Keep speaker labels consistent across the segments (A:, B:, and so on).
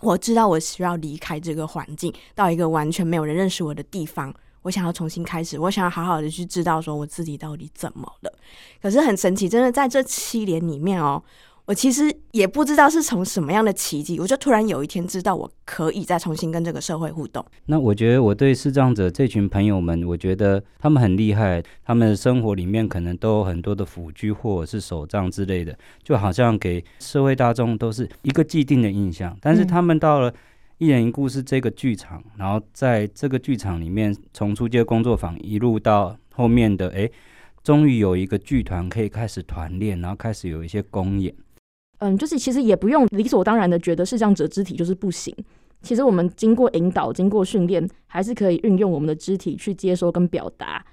A: 我知道我需要离开这个环境，到一个完全没有人认识我的地方。我想要重新开始，我想要好好的去知道说我自己到底怎么了。可是很神奇，真的在这七年里面哦，我其实也不知道是从什么样的奇迹，我就突然有一天知道我可以再重新跟这个社会互动。
B: 那我觉得我对视障者这群朋友们，我觉得他们很厉害，他们的生活里面可能都有很多的辅具或者是手杖之类的，就好像给社会大众都是一个既定的印象。但
C: 嗯
B: 是他们到了《一人一故事》这个剧场，然后在这个剧场里面，从初阶工作坊一路到后面的，诶，终于有一个剧团可以开始团练，然后开始有一些公演。
C: 嗯，就是其实也不用理所当然的觉得视障者肢体就是不行。其实我们经过引导、经过训练，还是可以运用我们的肢体去接收跟表达。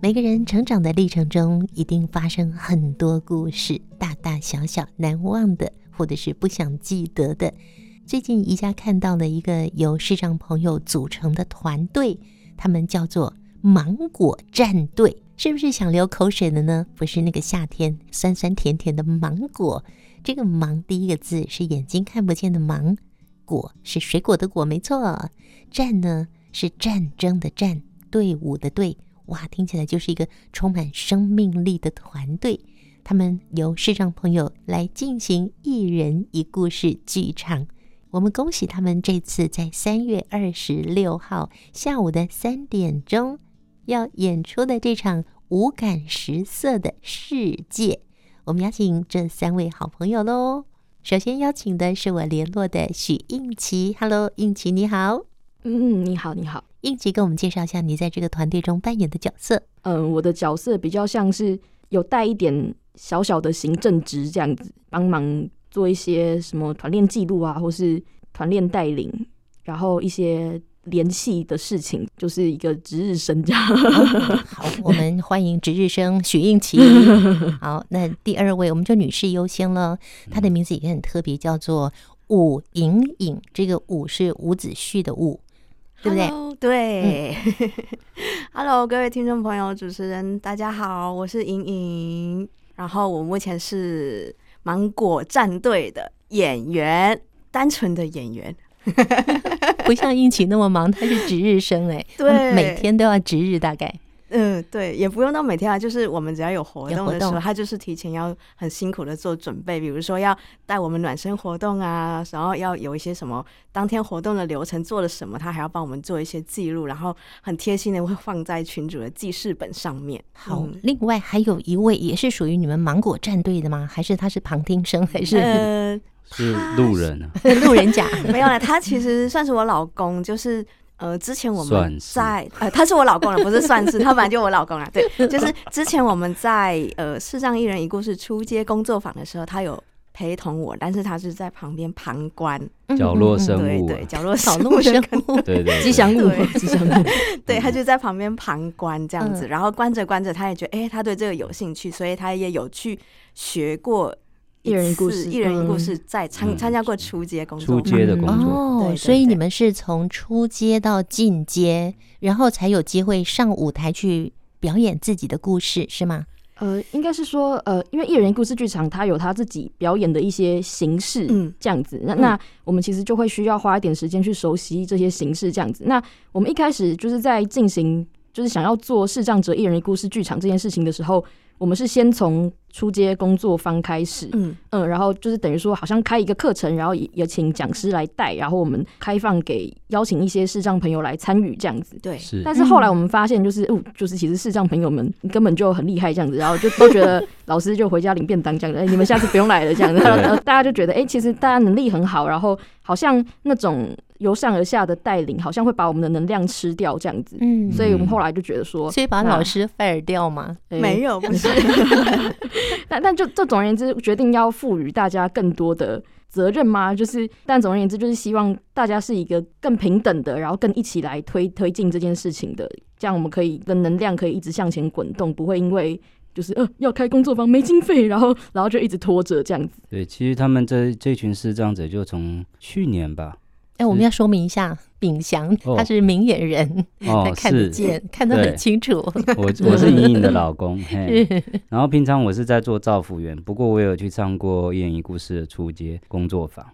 D: 每个人成长的历程中，一定发生很多故事，大大小小、难忘的，或者是不想记得的。最近宜家看到了一个由视障朋友组成的团队，他们叫做“芒果战队”，是不是想流口水的呢？不是那个夏天酸酸甜甜的芒果，这个“芒”第一个字是眼睛看不见的“芒”，果是水果的“果”，没错。战呢是战争的“战”，队伍的“队”。哇，听起来就是一个充满生命力的团队。他们由视障朋友来进行一人一故事剧场。我们恭喜他们这次在三月二十六号下午的三点钟要演出的这场无感十色的世界。我们邀请这三位好朋友喽。首先邀请的是我联络的许应琪，Hello，应琪你好。
C: 嗯，你好，你好。
D: 应急给我们介绍一下你在这个团队中扮演的角色。
C: 嗯，我的角色比较像是有带一点小小的行政职这样子，帮忙做一些什么团练记录啊，或是团练带领，然后一些联系的事情，就是一个值日生这样。
D: 好，我们欢迎值日生许 应琪。好，那第二位我们就女士优先了，
A: 嗯
D: 她的名字也很特别，叫做武莹莹。这个“武”是伍子胥的“武”。对不对嗯
A: Hello, 对、h e l l o 各位听众朋友，主持人大家好，我是莹莹，然后我目前是芒果战队的演员，单纯的演员。
D: 不像应勤那么忙，他是值日生哎、
A: 对
D: 他每天都要值日大概。
A: 嗯，对，也不用到每天啊，就是我们只要有活
D: 有
A: 动
D: 活
A: 的时候，
D: 动
A: 他就是提前要很辛苦的做准备，比如说要带我们暖身活动啊，然后要有一些什么当天活动的流程做了什么，他还要帮我们做一些记录，然后很贴心的会放在群主的记事本上面。
D: 好，
A: 嗯
D: 另外还有一位也是属于你们芒果战队的吗？还是他是旁听生，还是
A: 呃，
B: 是路人啊，
D: 路人甲？
A: 没有啦，他其实算是我老公，就是呃，之前我
B: 算
A: 们
B: 是
A: 在呃，他是我老公了，不是算是，他本来就我老公啦。啊 对，就是之前我们在呃视障一人一故事出街工作坊的时候，他有陪同我，但是他是在旁边旁观，
B: 角落
D: 嗯
B: 生
A: 对
B: 物啊，
A: 对，角落
D: 小
A: 扫
D: 路生物。
B: 对对对，
C: 吉祥物
A: 对，
C: 吉祥物。
A: 对他就在旁边旁观这样子，
D: 嗯
A: 然后观着观着，他也觉得哎、诶他对这个有兴趣，所以他也有去学过
C: 一人一故
A: 次
C: 事
A: 一人一故
C: 嗯
A: 事，在参
B: 嗯
A: 参加过初阶工作
B: 出
A: 坊，
B: 街的工作，
D: 哦，
A: 对对
D: 所以
A: 对
D: 你们是从初阶到进阶，然后才有机会上舞台去表演自己的故事，是吗？
C: 呃，应该是说，呃，因为一人一故事剧场它有它自己表演的一些形式，
A: 嗯
C: 这样子。那那我们其实就会需要花一点时间去熟悉这些形式，这样子。那我们一开始就是在进行，就是想要做视障者一人一故事剧场这件事情的时候，我们是先从出街工作坊开始，
A: 嗯。
C: 嗯，然后就是等于说，好像开一个课程，然后也也请讲师来带，然后我们开放给邀请一些视障朋友来参与这样子。
A: 对，
B: 是
C: 但是后来我们发现，就是哦，就是其实视障朋友们根本就很厉害这样子，然后就都 觉得老师就回家领便当这样子，哎，你们下次不用来了这样子，
B: 对
C: 然后大家就觉得，哎，其实大家能力很好，然后好像那种由上而下的带领，好像会把我们的能量吃掉这样子，
D: 嗯
C: 所以我们后来就觉得说，
D: 所以把
C: 那
D: 老师 fire 掉吗？
C: 哎
A: 没有，不是，
C: 但但就就总而言之，决定要赋予大家更多的责任吗？就是，但总而言之，就是希望大家是一个更平等的，然后更一起来推推进这件事情的，这样我们可以的能量可以一直向前滚动，不会因为。就是呃要开工作坊没经费，然后然后就一直拖着这样子。
B: 对，其实他们这这群视障者就从去年吧，
D: 哎、我们要说明一下，秉祥
B: 嗯哦
D: 他是明眼人，
B: 哦
D: 他，看得
B: 是
D: 见，看得很
B: 对
D: 清楚。
B: 我我是莹莹的老公，嘿，然后平常我是在做造福员，不过我有去上过一人一故事的初阶工作坊。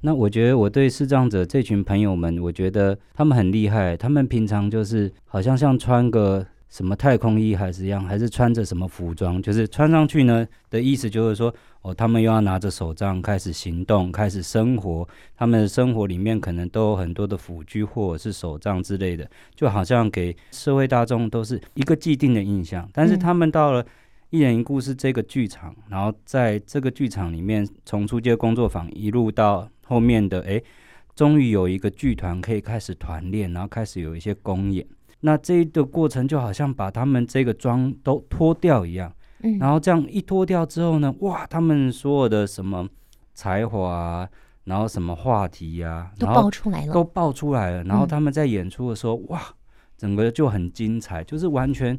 B: 那我觉得我对视障者这群朋友们，我觉得他们很厉害，他们平常就是好像像穿个什么太空衣还是一样，还是穿着什么服装，就是穿上去呢的意思就是说，哦，他们又要拿着手杖开始行动，开始生活，他们的生活里面可能都有很多的辅具或者是手杖之类的，就好像给社会大众都是一个既定的印象。但是
D: 嗯
B: 他们到了一人一故事这个剧场，然后在这个剧场里面，从初阶工作坊一路到后面的，诶，终于有一个剧团可以开始团练，然后开始有一些公演。那这一个过程就好像把他们这个妆都脱掉一样。
D: 嗯
B: 然后这样一脱掉之后呢，哇，他们所有的什么才华、啊，然后什么话题呀、
D: 都
B: 然后
D: 爆出来了，
B: 都爆出来了。然后
D: 嗯
B: 他们在演出的时候，哇，整个就很精彩，就是完全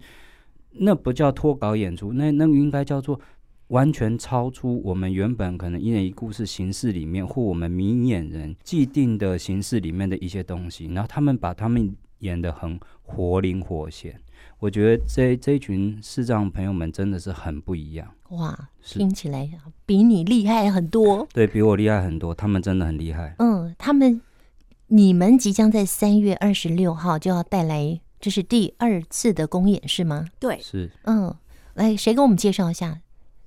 B: 那不叫脱稿演出，那那个应该叫做完全超出我们原本可能一人一故事形式里面或我们明眼人既定的形式里面的一些东西。然后他们把他们演得很活灵活现。我觉得这这一群视障朋友们真的是很不一样，
D: 哇，
B: 是
D: 听起来比你厉害很多。
B: 对比我厉害很多，他们真的很厉害。
D: 嗯，他们你们即将在三月二十六号就要带来，这是第二次的公演是吗？
A: 对，
B: 是
D: 嗯，来，谁给我们介绍一下？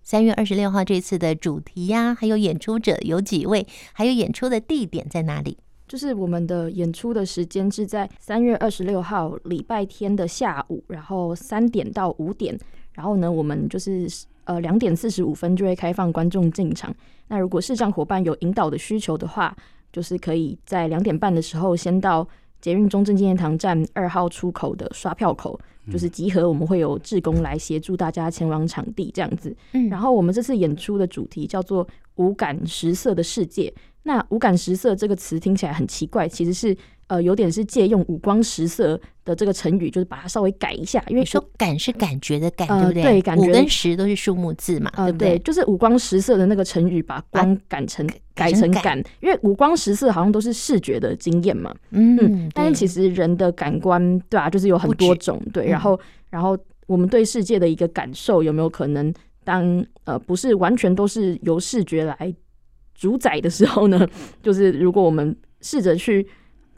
D: 三月二十六号这次的主题呀、还有演出者有几位，还有演出的地点在哪里？
C: 就是我们的演出的时间是在三月二十六号礼拜天的下午，然后三点到五点，然后呢，我们就是呃两点四十五分就会开放观众进场。那如果视障伙伴有引导的需求的话，就是可以在两点半的时候先到捷运中正纪念堂站二号出口的刷票口，就是集合，我们会有志工来协助大家前往场地这样子。
D: 嗯
C: 然后我们这次演出的主题叫做“五感十色的世界”。那“五感十色”这个词听起来很奇怪，其实是呃有点是借用“五光十色”的这个成语，就是把它稍微改一下，因为
D: 你说感是感觉的感，
C: 呃
D: 对不对？
C: 对感觉
D: 五跟十都是数目字嘛，
C: 呃
D: 对不对？
C: 就是“五光十色”的那个成语，把
D: 把
C: 光改成
D: 改
C: 改
D: 成
C: 成
D: 感
C: 感，因为“五光十色”好像都是视觉的经验嘛。
D: 嗯，
C: 但是其
D: 实
C: 实人的感官，对啊，就是有很
D: 不
C: 多
D: 止
C: 种，对。
D: 嗯
C: 然后，然后我们对世界的一个感受，有没有可能当呃不是完全都是由视觉来主宰的时候呢？就是如果我们试着去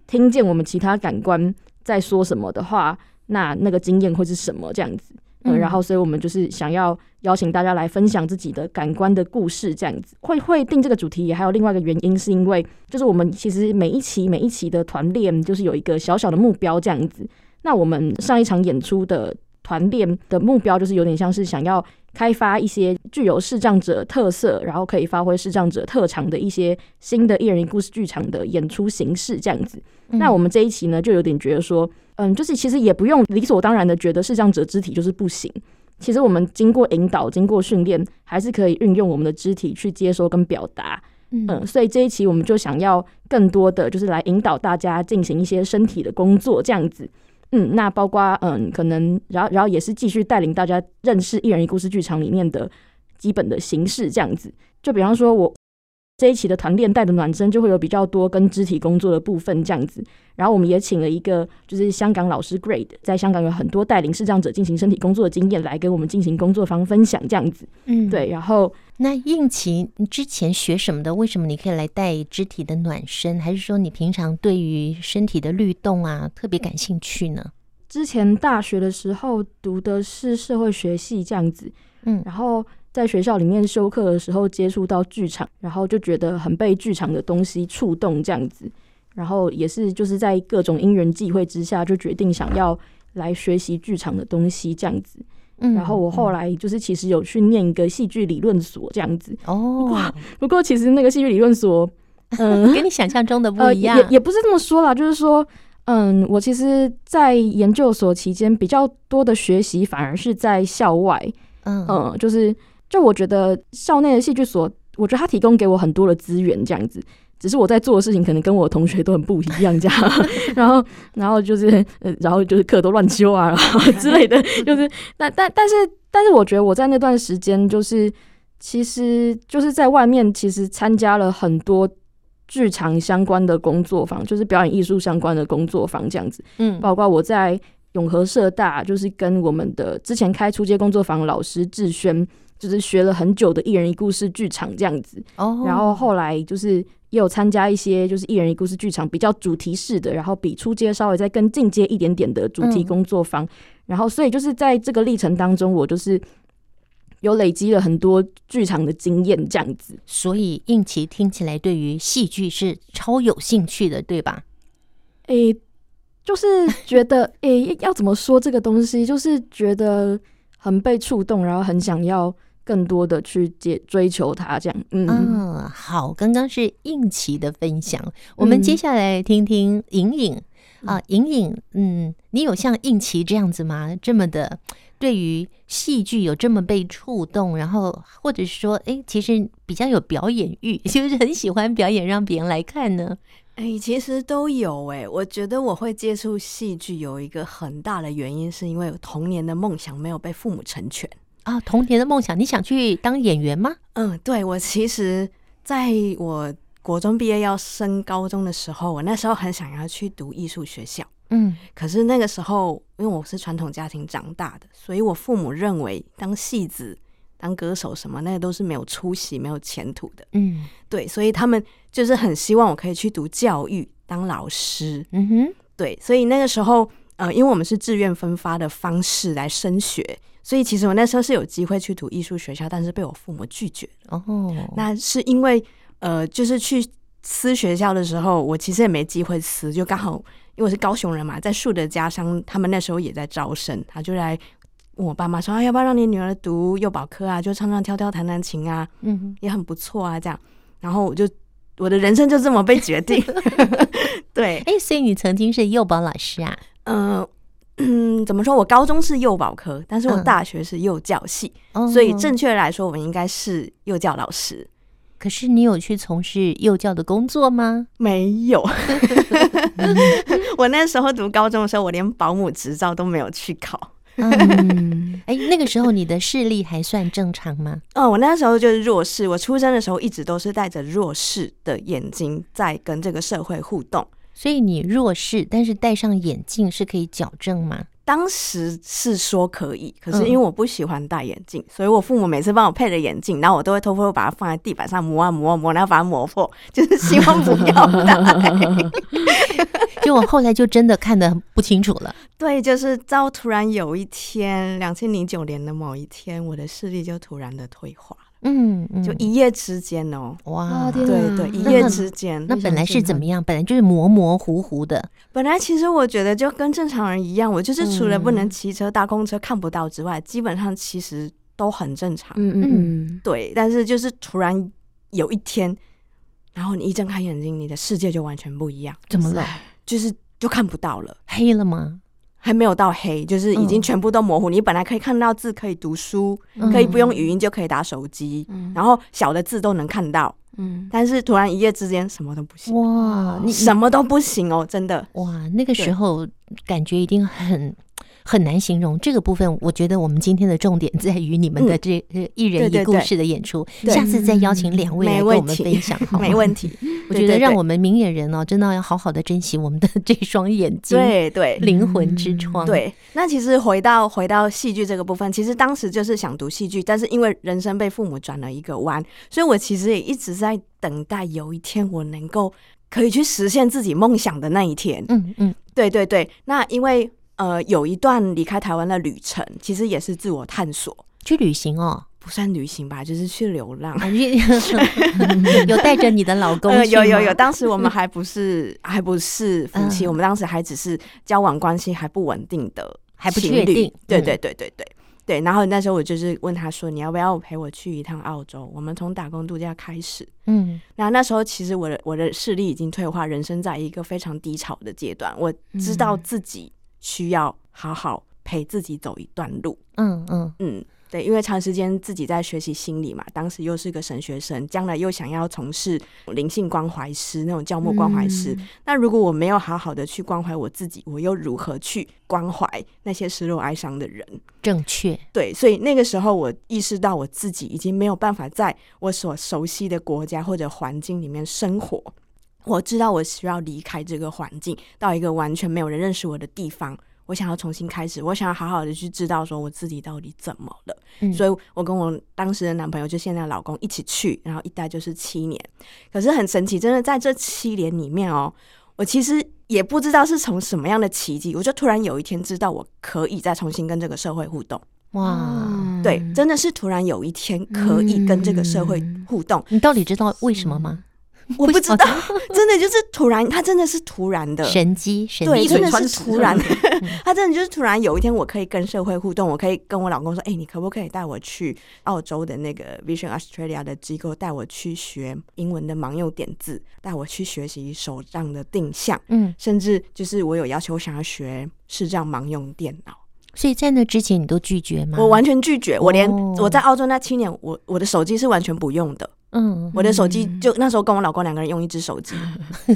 C: 听见我们其他感官在说什么的话，那那个经验会是什么这样子？呃，
D: 嗯
C: 然后，所以我们就是想要邀请大家来分享自己的感官的故事，这样子。会会定这个主题，也还有另外一个原因，是因为就是我们其实每一期每一期的团练，就是有一个小小的目标这样子。那我们上一场演出的团练的目标，就是有点像是想要开发一些具有视障者特色，然后可以发挥视障者特长的一些新的一人一故事剧场的演出形式这样子。
D: 嗯
C: 那我们这一期呢，就有点觉得说，嗯，就是其实也不用理所当然的觉得视障者肢体就是不行。其实我们经过引导、经过训练，还是可以运用我们的肢体去接收跟表达。
D: 嗯
C: 嗯，所以这一期我们就想要更多的就是来引导大家进行一些身体的工作，这样子。嗯，那包括嗯，可能然后然后也是继续带领大家认识一人一故事剧场里面的基本的形式，这样子。就比方说我这一期的团练带的暖身就会有比较多跟肢体工作的部分这样子。然后我们也请了一个就是香港老师 Grade，在香港有很多带领视障者进行身体工作的经验来跟我们进行工作坊分享这样子。
D: 嗯。
C: 对，然后
D: 那应琪你之前学什么的？为什么你可以来带肢体的暖身？还是说你平常对于身体的律动啊特别感兴趣呢？
C: 之前大学的时候读的是社会学系这样子，
D: 嗯
C: 然后在学校里面修课的时候接触到剧场，然后就觉得很被剧场的东西触动这样子，然后也是就是在各种因缘际会之下，就决定想要来学习剧场的东西这样子。
D: 嗯
C: 然后我后来就是其实有去念一个戏剧理论所这样子，
D: 嗯哦
C: 哇，不过其实那个戏剧理论所，嗯、
D: 跟你想象中的不一样
C: 呃、也也不是这么说啦，就是说，嗯，我其实，在研究所期间比较多的学习反而是在校外，
D: 嗯
C: 嗯，就是就我觉得校内的戏剧所，我觉得它提供给我很多的资源这样子，只是我在做的事情可能跟我同学都很不一样，这样， 然后，然后就是，呃，然后就是课都乱修啊，然后之类的，就是，但但但是，但是我觉得我在那段时间，就是其实就是在外面，其实参加了很多剧场相关的工作坊，就是表演艺术相关的工作坊这样子，
D: 嗯，
C: 包括我在永和社大，就是跟我们的之前开出街工作坊老师志轩，就是学了很久的一人一故事剧场这样子，
D: 哦
C: 然后后来就是也有参加一些就是一人一故事剧场比较主题式的，然后比出街稍微再更进阶一点点的主题
D: 嗯
C: 工作坊。然后所以就是在这个历程当中，我就是有累积了很多剧场的经验，这样子。
D: 所以应琪听起来对于戏剧是超有兴趣的，对吧？
C: 诶、就是觉得诶、要怎么说这个东西，就是觉得很被触动，然后很想要更多的去解追求它，这样。嗯，
D: 嗯，好，刚刚是应琪的分享，我们接下来听听莹莹啊，莹莹，嗯，你有像应琪这样子吗？这么的对于戏剧有这么被触动，然后或者是说，哎，其实比较有表演欲， 就是很喜欢表演，让别人来看呢？
A: 哎、其实都有哎、我觉得我会接触戏剧有一个很大的原因，是因为我童年的梦想没有被父母成全。
D: 啊，童年的梦想，你想去当演员吗？
A: 嗯，对我其实在我国中毕业要升高中的时候，我那时候很想要去读艺术学校，
D: 嗯，
A: 可是那个时候因为我是传统家庭长大的，所以我父母认为当戏子、当歌手什么那个都是没有出息、没有前途的。
D: 嗯
A: 对，所以他们就是很希望我可以去读教育，当老师。
D: 嗯哼，
A: 对，所以那个时候，呃，因为我们是志愿分发的方式来升学，所以其实我那时候是有机会去读艺术学校，但是被我父母拒绝。
D: 哦，
A: 那是因为，呃，就是去私学校的时候，我其实也没机会私，就刚好因为我是高雄人嘛，在树的家乡，他们那时候也在招生，他就来问我爸妈说啊，要不要让你女儿读幼保科啊，就唱唱跳跳弹弹琴啊，
D: 嗯哼，
A: 也很不错啊，这样。然后我就我的人生就这么被决定， 对，
D: 哎，所以你曾经是幼保老师啊？
A: 嗯、嗯，怎么说？我高中是幼保科，但是我
D: 嗯
A: 大学是幼教系，
D: 哦
A: 所以正确来说，我应该是幼教老师。
D: 可是你有去从事幼教的工作吗？
A: 没有， 我那时候读高中的时候，我连保姆执照都没有去考。
D: 嗯，哎，那个时候你的视力还算正常吗？
A: 哦，我那时候就是弱视，我出生的时候一直都是带着弱视的眼睛在跟这个社会互动。
D: 所以你弱视，但是戴上眼镜是可以矫正吗？
A: 当时是说可以，可是
D: 嗯
A: 因为我不喜欢戴眼镜，所以我父母每次帮我配的眼镜，然后我都会偷偷把它放在地板上磨啊磨啊磨，然后把它磨破，就是希望不要戴。
D: 就我后来就真的看得不清楚了。
A: 对，就是到突然有一天，两千零九年的某一天，我的视力就突然的退化，
D: 嗯，嗯
A: 就一夜之间哦。
D: 哇
C: 哦，天
A: 对对，一
C: 嗯
A: 夜之间。
D: 那本来是怎么样？本来就是模模糊糊的。
A: 本来其实我觉得就跟正常人一样，我就是除了不能
C: 嗯
A: 骑车、搭公车看不到之外，基本上其实都很正常。
C: 嗯嗯嗯，
A: 对，但是就是突然有一天，然后你一睁开眼睛，你的世界就完全不一样，
D: 怎么了？
A: 就是就看不到了。
D: 黑了吗？
A: 还没有到黑，就是已经
D: 嗯
A: 全部都模糊。你本来可以看到字，可以读书，可以不用
D: 嗯
A: 语音就可以打手机，
C: 嗯
A: 然后小的字都能看到，
C: 嗯，
A: 但是突然一夜之间什么都不行，
D: 哇，你
A: 什么都不行哦，真的。
D: 哇，那个时候感觉一定很很难形容。这个部分，我觉得我们今天的重点在于你们的这、呃一人
A: 嗯对
D: 一
A: 对
D: 故
A: 对
D: 事的演出，
A: 对
D: 下次再邀请两位来
A: 没
D: 跟
A: 问
D: 我们
A: 题
D: 分享，好吗
A: 没？问题，
D: 我
A: 对
D: 觉得
A: 对
D: 让
A: 对
D: 我们明眼人哦，真的要好好的珍惜我们的 这双眼睛，
A: 对对
D: 灵魂之窗。，
A: 对。那其实回到回到戏剧这个部分，其实当时就是想读戏剧，但是因为人生被父母转了一个弯，所以我其实也一直在等待有一天我能够可以去实现自己梦想的那一天。
D: 嗯嗯，
A: 对对对，那因为呃有一段离开台湾的旅程，其实也是自我探索，
D: 去旅行 哦，
A: 不算旅行吧，就是去流浪。
D: 啊你 有带着你的老公
A: 呃，
D: 去
A: 有有
D: 吗
A: 有，，当时我们还不是还不是夫妻，
D: 嗯
A: 我们当时还只是交往关系还不稳定的
D: 还不
A: 情
D: 确
A: 侣
D: 定
A: 对
D: 嗯
A: 对对对对对。然后那时候我就是问他说：“你要不要陪我去一趟澳洲？我们从打工度假开始。”
D: 嗯
A: 那那时候其实我的我的视力已经退化，人生在一个非常低潮的阶段，我知
D: 嗯
A: 道自己需要好好陪自己走一段路。
D: 嗯嗯，
A: 嗯，对，因为长时间自己在学习心理嘛，当时又是个神学生，将来又想要从事灵性关怀师那种教牧关怀
D: 嗯
A: 师。那如果我没有好好的去关怀我自己，我又如何去关怀那些失落哀伤的人？
D: 正确，
A: 对，所以那个时候我意识到我自己已经没有办法在我所熟悉的国家或者环境里面生活。我知道我需要离开这个环境，到一个完全没有人认识我的地方。我想要重新开始，我想要好好的去知道说我自己到底怎么了。
D: 嗯
A: 所以我跟我当时的男朋友，就现在的老公一起去，然后一待就是七年。可是很神奇，真的在这七年里面哦，我其实也不知道是从什么样的奇迹，我就突然有一天知道我可以再重新跟这个社会互动。
D: 哇，
C: 嗯
A: 对，真的是突然有一天可以跟这个社会互动，
D: 你到底知道为什么吗？
A: 嗯我不知道，真的就是突然，它真的是突然的。
D: 哦神机，神
A: 对，
D: 机
A: 真的
C: 传
A: 是
C: 纸
A: 突然， 他真的就是突然有一天，我可以跟社会互动，我可以跟我老公说，哎、你可不可以带我去澳洲的那个 Vision Australia 的机构，带我去学英文的盲用点字，带我去学习手账的定向，
D: 嗯，
A: 甚至就是我有要求，我想要学视障盲用电脑。
D: 所以在那之前你都拒绝吗？
A: 我完全拒绝，我连
D: 哦
A: 我在澳洲那七年，我我的手机是完全不用的，
D: 嗯，
A: 我的手机就那时候跟我老公两个人用一只 手机，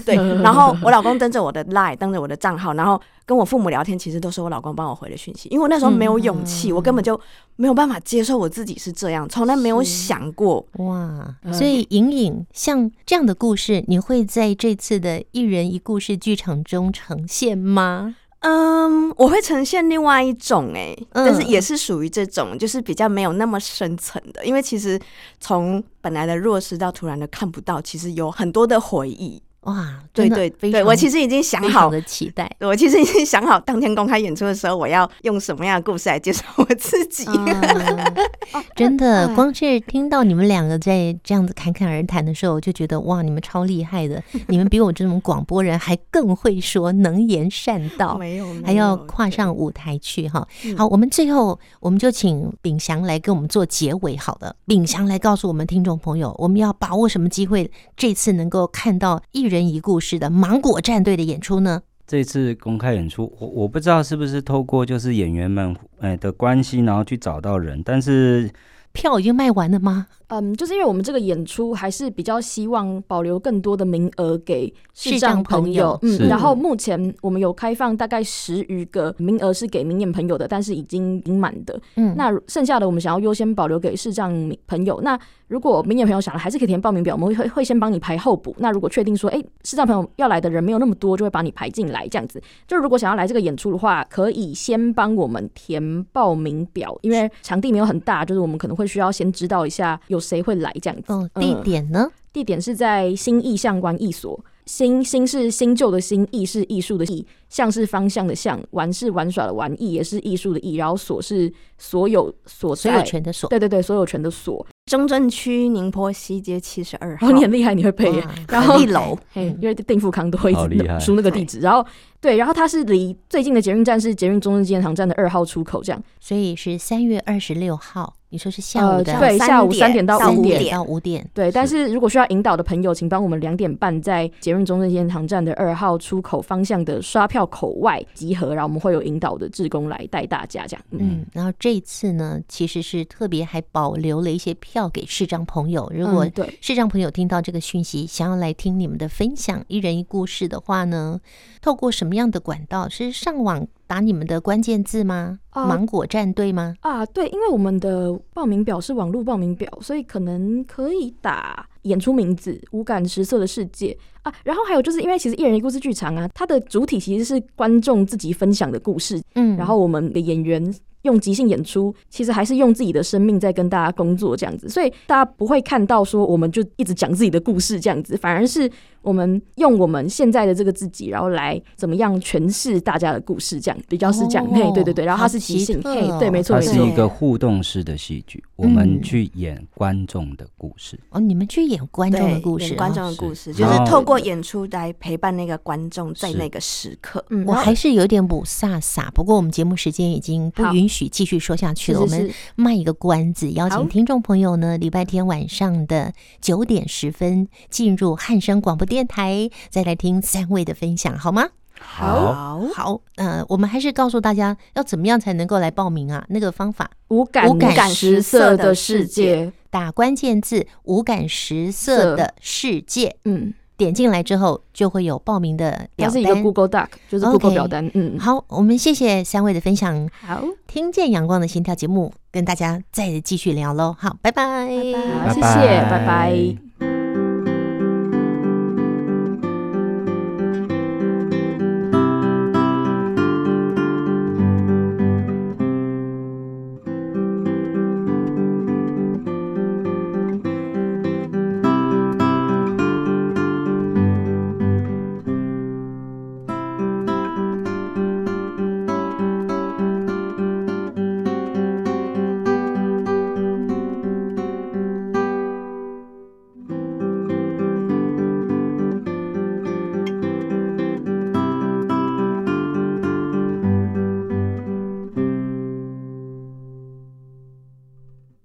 A: 对，然后我老公登着我的 Line，登着我的账号，然后跟我父母聊天，其实都是我老公帮我回的讯息，因为我那时候没有勇气，
D: 嗯
A: 我根本就没有办法接受我自己是这样，从来没有想过。
D: 哇，
C: 嗯
D: 所以隐隐像这样的故事，你会在这次的一人一故事剧场中呈现吗？
A: 嗯，我会呈现另外一种哎、
D: 嗯
A: 但是也是属于这种，就是比较没有那么深层的，因为其实从本来的弱势到突然的看不到，其实有很多的回忆。
D: 哇，
A: 对
D: 真的
A: 对
D: 非
A: 对，
D: 常
A: 我其实已经想
D: 非
A: 好
D: 常的期待。
A: 我其实已经想好，当天公开演出的时候，我要用什么样的故事来介绍我自己。
D: 啊真的，光是听到你们两个在这样子侃侃而谈的时候，我就觉得哇，你们超厉害的，你们比我这种广播人还更会说，能言善道。
A: 没有，
D: 还
A: 没
D: 要
A: 有
C: 嗯
D: 跨上舞台去哈。
A: 嗯
D: 好，我们最后我们就请秉祥来跟我们做结尾好了。秉祥来告诉我们听众朋友，我们要把握什么机会，这次能够看到一人一故事的芒果战队的演出呢？
B: 这次公开演出，我我不知道是不是透过就是演员们哎的关系，然后去找到人，但是
D: 票已经卖完了吗？
C: 嗯，就是因为我们这个演出还是比较希望保留更多的名额给
D: 视
C: 视
D: 障
C: 障
D: 朋
C: 朋
D: 友
C: 友，
B: 是
C: 嗯，然后目前我们有开放大概十余个名额是给明眼朋友的，但是已经已经满的。
D: 嗯，
C: 那剩下的我们想要优先保留给视障朋友。那如果明眼朋友想来，还是可以填报名表，我们会会先帮你排候补。那如果确定说，哎、视障朋友要来的人没有那么多，就会把你排进来。这样子，就如果想要来这个演出的话，可以先帮我们填报名表，因为场地没有很大，就是我们可能会需要先知道一下有谁会来这样子。
D: 哦，地
C: 嗯
D: 点呢？
C: 地点是在新意象观艺所。新新是新旧的新，艺是艺术的艺，象是方向的象，玩是玩耍的玩，艺也是艺术的艺，然后所是所有所
D: 所
C: 在
D: 有权的所。
C: 对对对，所有权的所。
A: 中正区宁波西街七十二号
C: 然后你很厉害，你会背耶，
D: 哇嗯
C: 然后
A: 一楼，
C: 嘿，因为定富康都会一
B: 好厉害
C: 直 输那个地址，然后对，然后它是离最近的捷运站是捷运中正纪念堂站的二号出口，这样
D: 所以是三月二十六号，你说是下午
C: 呃
D: 的、
C: 对，下午
A: 三
C: 三
A: 点
C: 点到
D: 三
C: 五
A: 点
C: 点。嗯
D: 到五点。
C: 对，但
B: 是
C: 是如果需要引导的朋友，请帮我们两点半在捷运中正纪念堂站的二号出口方向的刷票口外集合，然后我们会有引导的志工来带大家这样。嗯，
D: 嗯，然后这一次呢，其实是特别还保留了一些票给视障朋友，如果
C: 嗯对，
D: 视障朋友听到这个讯息，想要来听你们的分享，一人一故事的话呢，透过什么样的管道？是上网打你们的关键字吗？
C: 啊
D: 芒果战队吗？
C: 啊，对，因为我们的报名表是网络报名表，所以可能可以打演出名字《无感十色的世界》啊。然后还有就是因为其实一人一故事剧场啊，它的主体其实是观众自己分享的故事，
D: 嗯
C: 然后我们的演员用即兴演出，其实还是用自己的生命在跟大家工作这样子，所以大家不会看到说我们就一直讲自己的故事这样子，反而是我们用我们现在的这个自己，然后来怎么样诠释大家的故事，这样比较是这样。
D: 哦
C: 嘿，对对对，然后
D: 好
C: 它是即
D: 奇
C: 兴，
D: 特
C: 嘿
D: 哦，
C: 对，没错
B: 它
C: 没
B: 是
C: 错
B: 一。个互动式的戏剧，我
D: 嗯
B: 们去演观众的故事。
D: 哦，你们去演观众的
A: 对，
D: 故事、
A: 演
D: 啊，
A: 观众的
B: 是
A: 故事，
B: 然
A: 就是
B: 后
A: 透过演出来陪伴那个观众在
B: 哦是
A: 那个时刻。
C: 嗯，
D: 我
C: 然后
D: 还是有点不飒飒，不过我们节目时间已经不
C: 好
D: 允许继续说下去
C: 是
D: 了。
C: 是
D: 我们
C: 是，
D: 卖一个关子，邀
A: 好
D: 请听众朋友呢，礼拜天晚上的九点十分进入汉声广播电台，再来听三位的分享，好吗？
B: 好
D: 好，呃，我们还是告诉大家要怎么样才能够来报名啊？那个方法，
C: 无感
D: 无感
A: 食
C: 食
A: 色
C: 色
A: 的
C: 的
A: 世
C: 世
A: 界
C: 界，
D: 打关键字“无感食色
C: 色
D: 的世界
C: 嗯，”，
D: 点进来之后就会有报名的表
C: 它是
D: 单
C: 一。个 Google Doc，就是
D: OK
C: Google 表单，嗯，
D: 好，我们谢谢三位的分享，
C: 好，
D: 听见阳光的心跳节目，跟大家再继续聊喽。好，拜拜，
B: 拜
C: 好谢谢，
B: 拜
C: 拜拜。